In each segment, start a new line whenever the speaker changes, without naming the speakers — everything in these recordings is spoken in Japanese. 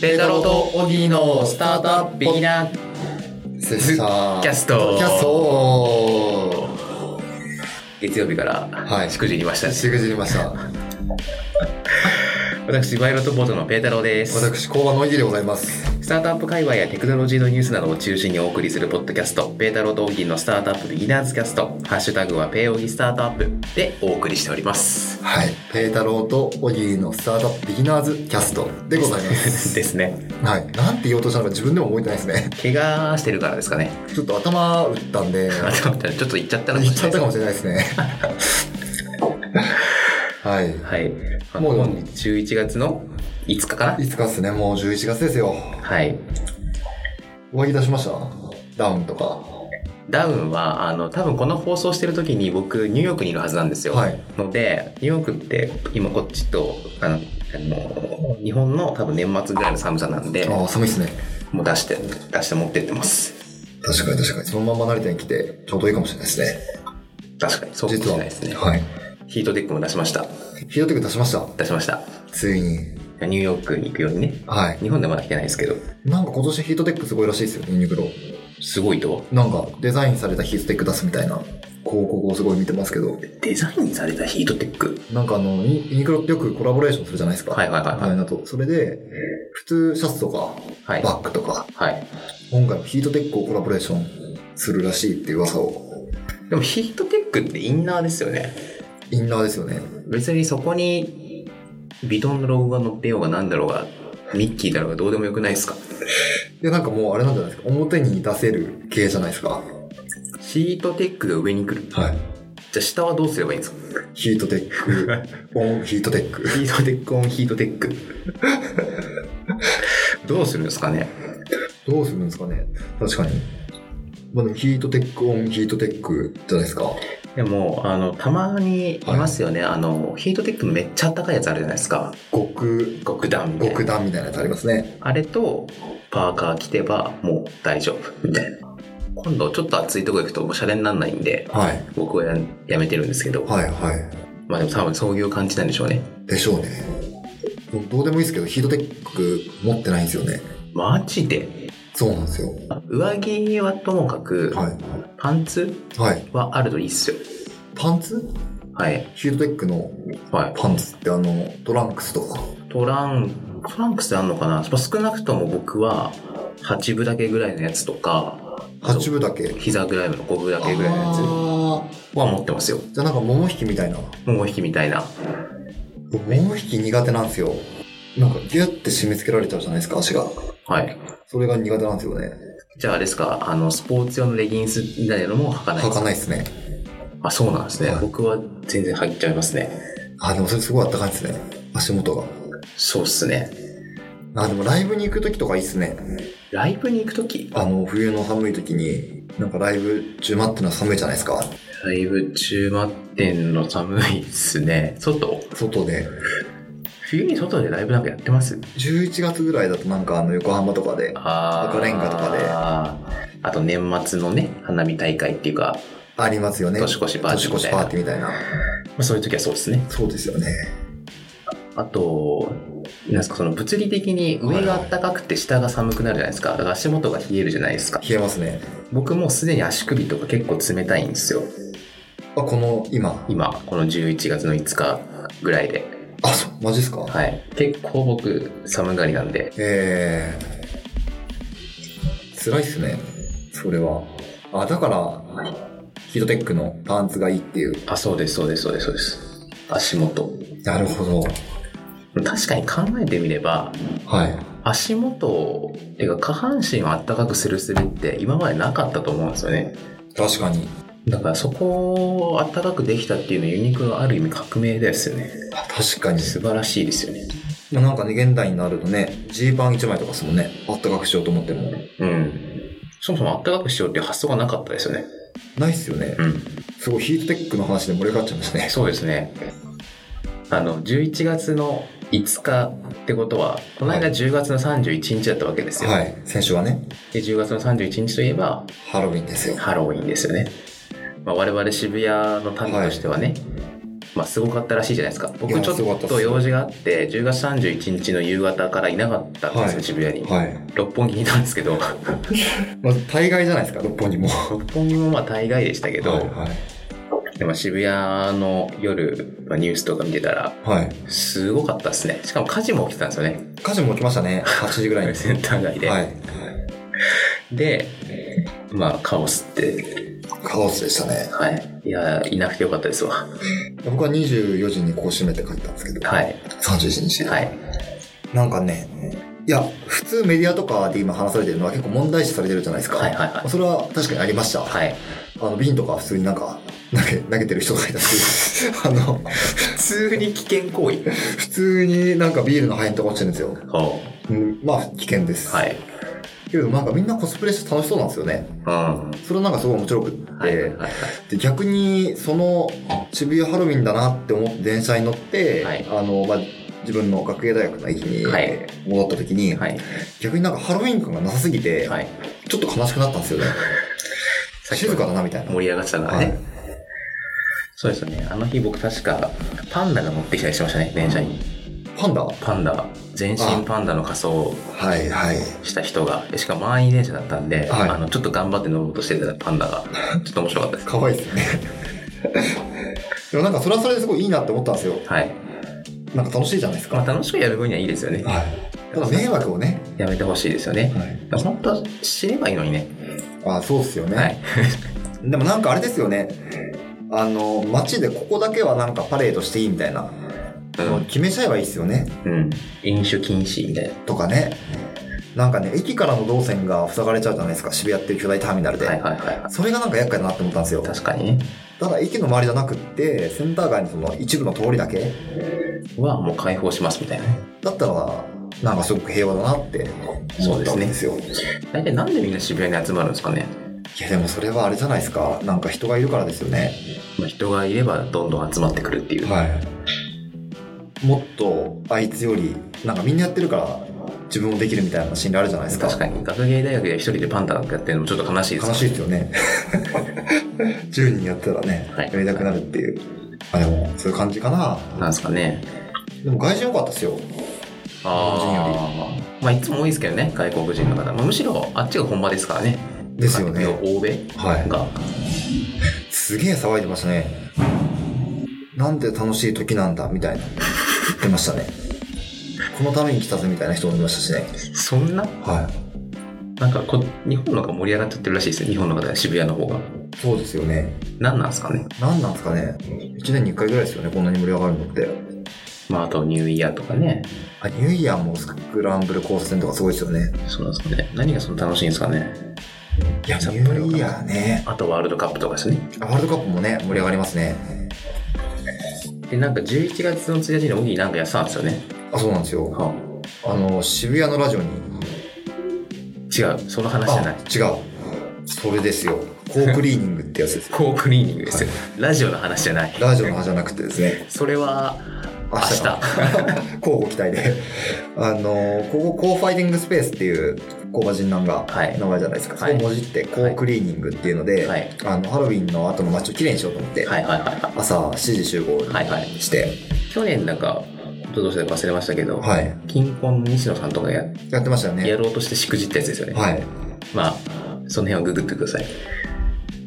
ペンタロウとオギーのスタートアップビギナー
セッサー
キャスト
キャスト
月曜日から、
はい
しくじりましたね
しくじりました
私バイオレットボートのペンタロウです
私工場のおぎでございます
スタートアップ界隈やテクノロジーのニュースなどを中心にお送りするポッドキャストペンタロウとオギーのスタートアップビギナーズキャストハッシュタグはペイオギスタートアップでお送りしております
はいペータローとオギーのスタートアップビギナーズキャストでございま す
ですね
はいなんて言おうとしたのか自分でも覚えてないですね
怪我してるからですかね
ちょっと頭打ったんで
あちょっとちょっと言っちゃったの
言っちゃったかも
し
しれないですねは
れ
い
ないはい
も
も
う
う11月の5日かない
つかっすねもう11月ですよ
はい
上着出しましたダウンとか
ダウンはあの多分この放送してる時に僕ニューヨークにいるはずなんですよ、
はい
のでニューヨークって今こっちとあのあの日本の多分年末ぐらいの寒さなんで
ああ寒いっすね
もう出して出して持ってってます
確かに確かにそのまま成田に来てちょうどいいかもしれないですね
確かにそうかもしれ
実は
ないですね、
はい
ヒートテックも出しました
ヒートテック出しました
出しました
ついに
ニューヨークに行くようにね
はい
日本ではまだ来てないですけど
なんか今年ヒートテックすごいらしいですよユニクロ
すごいと
なんかデザインされたヒートテック出すみたいな広告をすごい見てますけど
デザインされたヒートテック
なんかあのユユニクロってよくコラボレーションするじゃないですか
はいはいはいはい
デザイナーとそれで普通シャツとか
はい
バッグとか
はい
今回もヒートテックをコラボレーションするらしいっていう噂を
でもヒートテックってインナーですよね
インナーですよね
別にそこにビトンのロゴが載ってようがなんだろうがミッキーだろうがどうでもよくないですか
でなんかもうあれなんじゃないですか表に出せる系じゃないですか
ヒートテックが上に来るじ
はい
ゃあ下はどうすればいいんですか
ヒートテックオンヒートテッ ク
ヒートテックオンヒートテック どうするんですかね
どうするんですかね確かに。まあでもヒートテックオンヒートテックじゃないですか。
でもあのたまにいますよね、あのヒートテックのめっちゃあったかいやつあるじゃないですか
極、
極暖みたい
極
な
段みたいなやつありますね。
あれとパーカー着てばもう大丈夫みたいな今度ちょっと暑いとこ行くとおしゃれにならないんで
はい。
僕はややめてるんですけど、
はいはい。
まあでも多分そういう感じなんでしょうね
でしょうね。もうどうでもいいですけど、ヒートテック持ってないんですよね。
マジで
そうなんですよ。
上着はともかく、
は
パンツ
い。はい。
はあるといいっすよ
パンツ
はい
ヒートテックの
はい
パンツってあの、トランクスとか。
トラントランクスであんのかな、まあ、少なくとも僕は8分だけぐらいのやつとか
8分だけ。
膝ぐらいの5分だけぐらいのやつは
あー
持ってますよ
じゃあなんか桃引きみたいな。
もも引きみたいな
僕桃引き苦手なんですよ。なんかギュッて締め付けられちゃうじゃないですか、足が。
はい
それが苦手なんですよね。
じゃああれですかあのスポーツ用のレギンスみたいなのも履かない
履かないですね。
あそうなんですね、
はい
僕は全然履いちゃいますね
あ、でもそれすごいあったかいですね。足元が。
そうっすね
あ、でもライブに行く時とかいいっすね。
ライブに行く時
あの、冬の寒い時に、なんかライブ中待ってのは寒いじゃないですか。
ライブ中待ってんの寒いっすね外
外で。
冬に外でライブなんかやってます
11月ぐらいだとなんかあの、横浜とかで、
あ
赤レンガとかで
であと年末のね花火大会っていうか、
ありますよね。
年越しパーティーみ
年越
た
し
い
パ
な
ーティーみたいな。
まあ、そういう時はそうですね
そうですよね。
あとなんですかその物理的に上が暖かくて下が寒くなるじゃないですかだから足元が冷えるじゃないですか
冷えますね。
僕もうすでに足首とか結構冷たいんですよ
あ、この、今。
今この11月の5日ぐらいで
あ、そう、マジっすか
はい結構僕寒がりなんで
えー、辛いっすね。それは。あ、だから、ヒートテックのパンツがいいっていう。
あそうですそうですそうですそうです足元
なるほど。
確かに考えてみれば
はい。
足元てか下半身をあったかくする術って今までなかったと思うんですよね
確かに。
だからそこをあったかくできたっていうのはユニクロはある意味革命ですよね
あ確かに。
素晴らしいですよね
まあなんかね、現代になるとね、ジーパン1枚とかですもんね。あったかくしようと思っても。
うんそもそもあったかくしようっていう発想がなかったですよね
ないっすよね。
うん
すごいヒートテックの話で盛り上がっちゃいましたね。
そうですねあの11月の5日ってことはこの間
はい
10月の31日だったわけですよ、
はい。先週はね、
で10月の31日といえば
ハロウィンですよ。
ハロウィンですよね、まあ、我々渋谷の民としてはね、まあ、すごかったらしいじゃないですか
い
僕
や
ちょ
すごかっ
った
っす
と用事があって10月31日の夕方からいなかったんですよ、
はい
渋谷に、
はい。
六本木にいたんですけど
まあ、大概じゃないですか、六本木も。
六本木もまあ大概でしたけど、
はいはい。
でも渋谷の夜、まあ、ニュースとか見てたら
はい。
すごかったですねしかも火事も起きてたんですよね
火事も起きましたね。8時ぐらいに。
センター街で、
はい。
でまあカオスって
カオスでしたね。
はいいやいなくてよかったですわ
僕は24時にこう閉めて帰ったんですけど、
はい
31日。
はい
なんかね、いや、普通メディアとかで今話されてるのは結構問題視されてるじゃないですか。
はいはいはい
それは確かにありました。
はい
あの、瓶とか普通になんか投げ、投げてる人がいたし、 あの、
普通に危険行為
普通になんかビールの破片とか落ちてるんですよ。
お
うん、まあ、危険です。
はい
けれどなんかみんなコスプレして楽しそうなんですよね。
うんは
それはなんかすごい面白くって、
いはいはい
で逆にその渋谷ハロウィンだなって思って電車に乗って、
はい
あのまあ、自分の学芸大学の駅に
はい
戻った時に、
はい
逆になんかハロウィン感がなさすぎて、
はい
ちょっと悲しくなったんで すよね静かだなみたいな
盛り上がってたから
は
ね、
い
そうですよねあの日僕確かパンダが乗ってきたりしましたね電車に、
パンダは
パンダ全身パンダの仮装を
いはい
した人がでしかも満員電車だったんで、
はい
あのちょっと頑張って乗ろうとしてたパンダ がちょっと面白かったです
可愛いですよね でもなんかそれはそれですごいいいなって思ったんですよ
はい、
なんか楽しいじゃないですか、
まあ、楽しくやる分にはいいですよね
はい、ただ迷惑をね、
やめてほしいですよね
はい、
本当は知ればいいのにね
あそうっすよね、
はい
でもなんかあれですよねあの街でここだけはなんかパレードしていいみたいな
うん、
決めちゃえばいいですよね
うん、飲酒禁止みたいな
とかねなんかね駅からの動線が塞がれちゃうじゃないですか渋谷っていう巨大ターミナルで、
はいはいはいは
それがなんか厄介だなって思ったんですよ
い確かにね
ただ駅の周りじゃなくってセンター街のその一部の通りだけ
はもう解放しますみたいな
だったらなんかすごく平和だなって思ったんですよ
大体なんでみんな渋谷に集まるんですかね、
いやでもそれはあれじゃないですかなんか人がいるからですよね
まあ、人がいればどんどん集まってくるっていう、
はい、もっとあいつよりなんかみんなやってるから自分もできるみたいな心理あるじゃないですか
確かに学芸大学で一人でパンダなんかやってるのもちょっと悲しいです
悲しいですよね 10人やったらね、
はい
やりたくなるっていうあでもそういう感じかな
なんですかね
でも外人良かったですよ
ああまあいつも多いですけどね外国人の方、まあ、むしろあっちが本場ですからね
ですよね
欧米
はい
が
すげえ騒いでましたねなんて楽しい時なんだみたいな言ってましたねこのために来たぜみたいな人もいましたしね
そんな
は
なんかこ日本の方が盛り上がっちゃってるらしいですよ日本の方が渋谷の方が
いそうですよね
何なんですかね
何なんですかね1年に1回ぐらいですよねこんなに盛り上がるのって
まああとニューイヤーとかね
あニューイヤーもスクランブルコース戦とかすごいですよね。
そうなんですかね何がその楽しいんですかね
いや、ニ
さっぱ
ュ
りわかんない
ーイヤーね。
あとワールドカップとかですね
ワールドカップもね、盛り上がりますね。
でなんか11月の1日にオギーなんかやってたんですよね
あ、そうなんですよ。
は
あの、渋谷のラジオに。
あ違うその話じゃな
あ
い、
違う。それですよ。コークリーニングってやつです。
コークリーニングですよ、ラジオの話じゃない
ラジオの話じゃなくてですね、
それは
明
明
日
日
か交互期待で。 あの、ここ、コーファイティングスペースっていう、工場人なんが
はい
名前じゃないですか。
はい
そこをもじって、コークリーニングっていうので、
はい
あの、ハロウィンの後の街をきれいにしようと思って、
はいはいはいはい
朝7時集合
はいはい
して、
去年なんかどうしたか忘れましたけど、
はい。
金婚の西野さんとかや
やってましたよね。
やろうとしてしくじったやつですよね、
はい。
まあその辺はググってください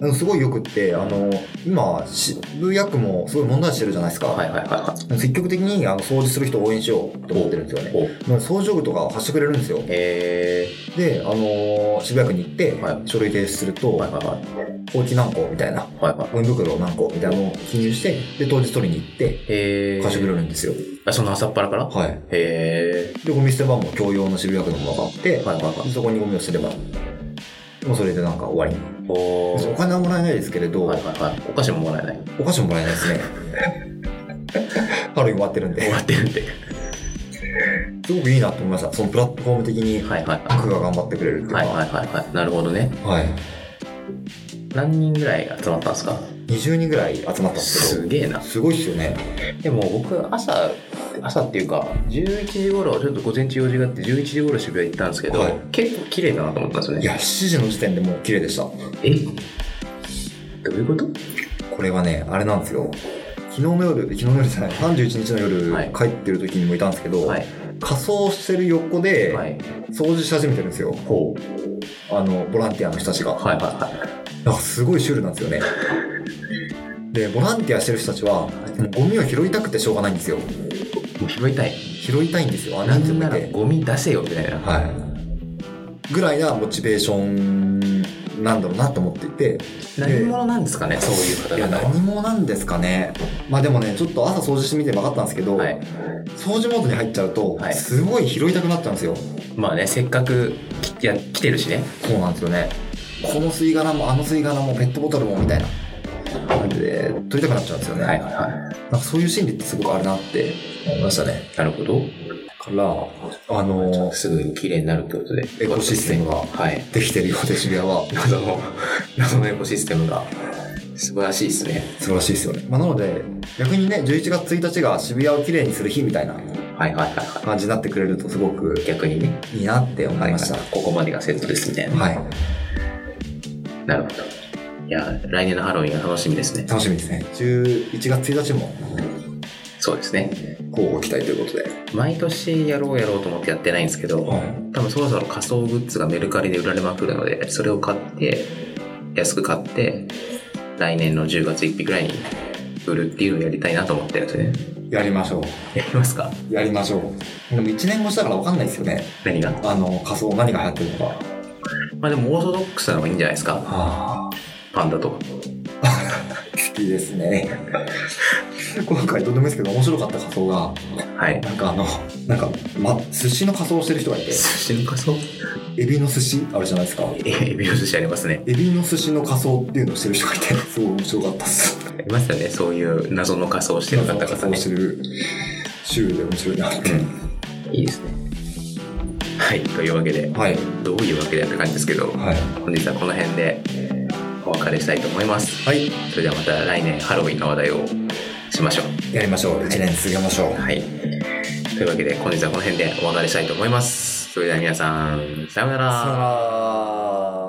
あのすごいよくって、あの、今、渋谷区もすごい問題視してるじゃないですか。
はいはいはいはい
積極的にあの掃除する人を応援しようと思ってるんですよね。
お
もう掃除具とか発してくれるんですよ。
え
で、あのー渋谷区に行って
はい、
書類提出すると、
ー、はいはいはい
ほうき何個みたいな、
はいはい
ゴミ袋何個みたいなのを記入して、で、当日取りに行って、
えー、
貸してくれるんですよ。
あその朝っぱらから
はい。
え
で、ゴミ捨て場も共用の渋谷区のものがあって、
ー、はいはいはい
そこにゴミを捨てれば、もうそれでなんか終わり。
お
お
ー
金はもらえないですけれど、
はいはいはいお菓子ももらえない
お菓子ももらえないです ね。ハロウィン終わってるん
終
で。
わってるんで
すごくいいなと思いました。そのプラットフォーム的に
はいはいは
区が頑張ってくれるっていう
い
の
は
は。
いはいはいはいなるほどね
はい。
何人ぐらい集まったんですか
20人ぐらい集まったんですけ
すげえな
ど、すごいっすよね。
でも僕朝朝っていうか11時頃ちょっと午前中用事があって11時頃渋谷行ったんですけど、
はい
結構綺麗だなと思ったんですよ
い
ね
や、7時の時点でもう綺麗でした。
えどういうこと
これはね、あれなんですよ。昨昨日の夜、昨日の夜じゃない、31日の夜、
はい
帰ってる時にもいたんですけど、
はい
仮装してる横で、
はい
掃除し始めてるんですよ。
ほう
あの、ボランティアの人たちが。
はいはい
なんかすごいシュールなんですよね。で、ボランティアしてる人たちは、もうゴミを拾いたくてしょうがないんですよ。
はいもう拾いたい
拾いたいんですよ、あ
な
人数
ん
もい
なら
て。
ゴミ出せよみたいな
はい。ぐらいなモチベーションなんだろうなと思っていて。
何者なんですかねそういう
い
方
や、
々は
何もなんですかね。まあでもね、ちょっと朝掃除してみて分かったんですけど、
はい
掃除モードに入っちゃうと、
はい
すごい拾いたくなっちゃうんですよ。
まあねせっかくきいや来てるしね
そうなんですよね。この吸い殻も、あの吸い殻も、ペットボトルも、みたいな。なんで、取りたくなっちゃうんですよね。
はいはいは
なんかそういう心理ってすごくあるなって思いましたね。
いなるほど
だから、あの、
すぐに綺麗になるってことで
エコシステムが
はい
できてるようで渋谷は
謎の謎のエコシステムが素晴らしいですね
素晴らしいですよね。まあ、なので、逆にね、11月1日が渋谷をきれいにする日みたいな
はいはいはいは
感じになってくれるとすごく
い逆にね
いいなって思いました。
はい
は
はいここまでがセットですみたいな、
い。
なるほどいや来年のハロウィンが楽しみですね
楽しみですね。11月1日も、
そうですね
こうご期待ということで。
毎年やろうやろうと思ってやってないんですけど、多分そろそろ仮想グッズがメルカリで売られまくるのでそれを買って安く買って来年の10月1日ぐらいに売るっていうのをやりたいなと思ってるんですね
やりましょ
やりますか
う。やりましょう。でも1年後したから分かんないですよね。
何が
あの、仮想何が流行ってるのか。
まあでもオーソドックスなのがいいんじゃないですか
あ
パンダと
好きですね。 今回とんでもないですけど、面白かった仮装が、
はい
なんかあの、なんか、ま、寿司の仮装をしてる人がいて
寿、司の仮装
エビの寿司あるじゃないですか。
えエビの寿司ありますね
エビの寿司の仮装っていうのをしてる人がいて、 すごい面白かったっす。
ありましたねそういう謎の仮装してる方
仮
々
装
ね
してる、シュールで面白いなって。
いいですねはいというわけで
はい。
どういうわけでやった感じですけど
はい。
本日はこの辺でお別れしたいと思います
はい。
それではまた来年ハロウィンの話題をしましょう
やりましょう。一年続けましょう。
はいというわけで本日はこの辺でお別れしたいと思いますそれでは皆さんさようなら
さよなら